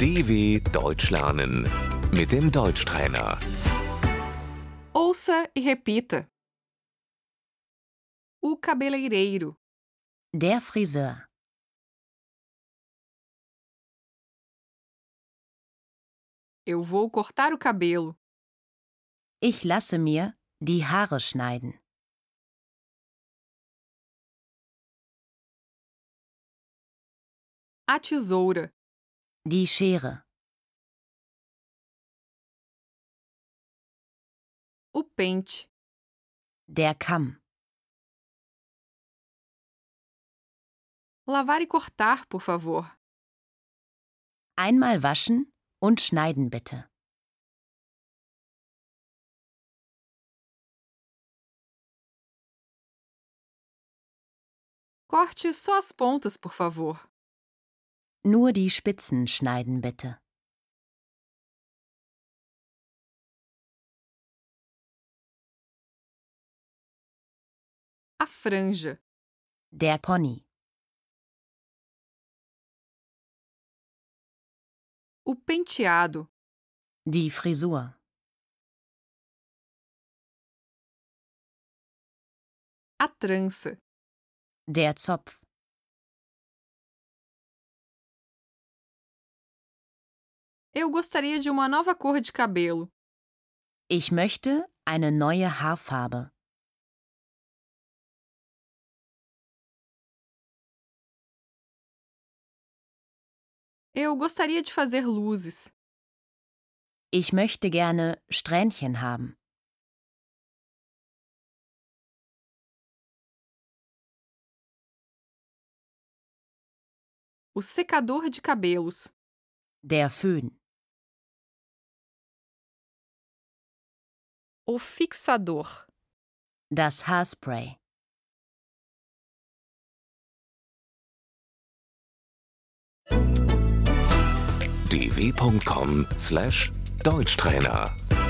DW Deutsch lernen mit dem Deutschtrainer. Ouça e repita. O cabeleireiro, Der Friseur. eu vou cortar o cabelo. Ich lasse mir die Haare schneiden. A tesoura, Die Schere. o pente, Der Kamm. lavar e cortar, por favor. Einmal waschen und schneiden bitte. Corte só as pontas, por favor. Nur die Spitzen schneiden bitte. A franja, Der Pony. o penteado, Die Frisur. a trança, Der Zopf. Eu gostaria de uma nova cor de cabelo. Ich möchte eine neue Haarfarbe. Eu gostaria de fazer luzes. Ich möchte gerne Strähnchen haben. O secador de cabelos, Der Föhn. o fixador, Das Haarspray. dw.com/deutschtrainer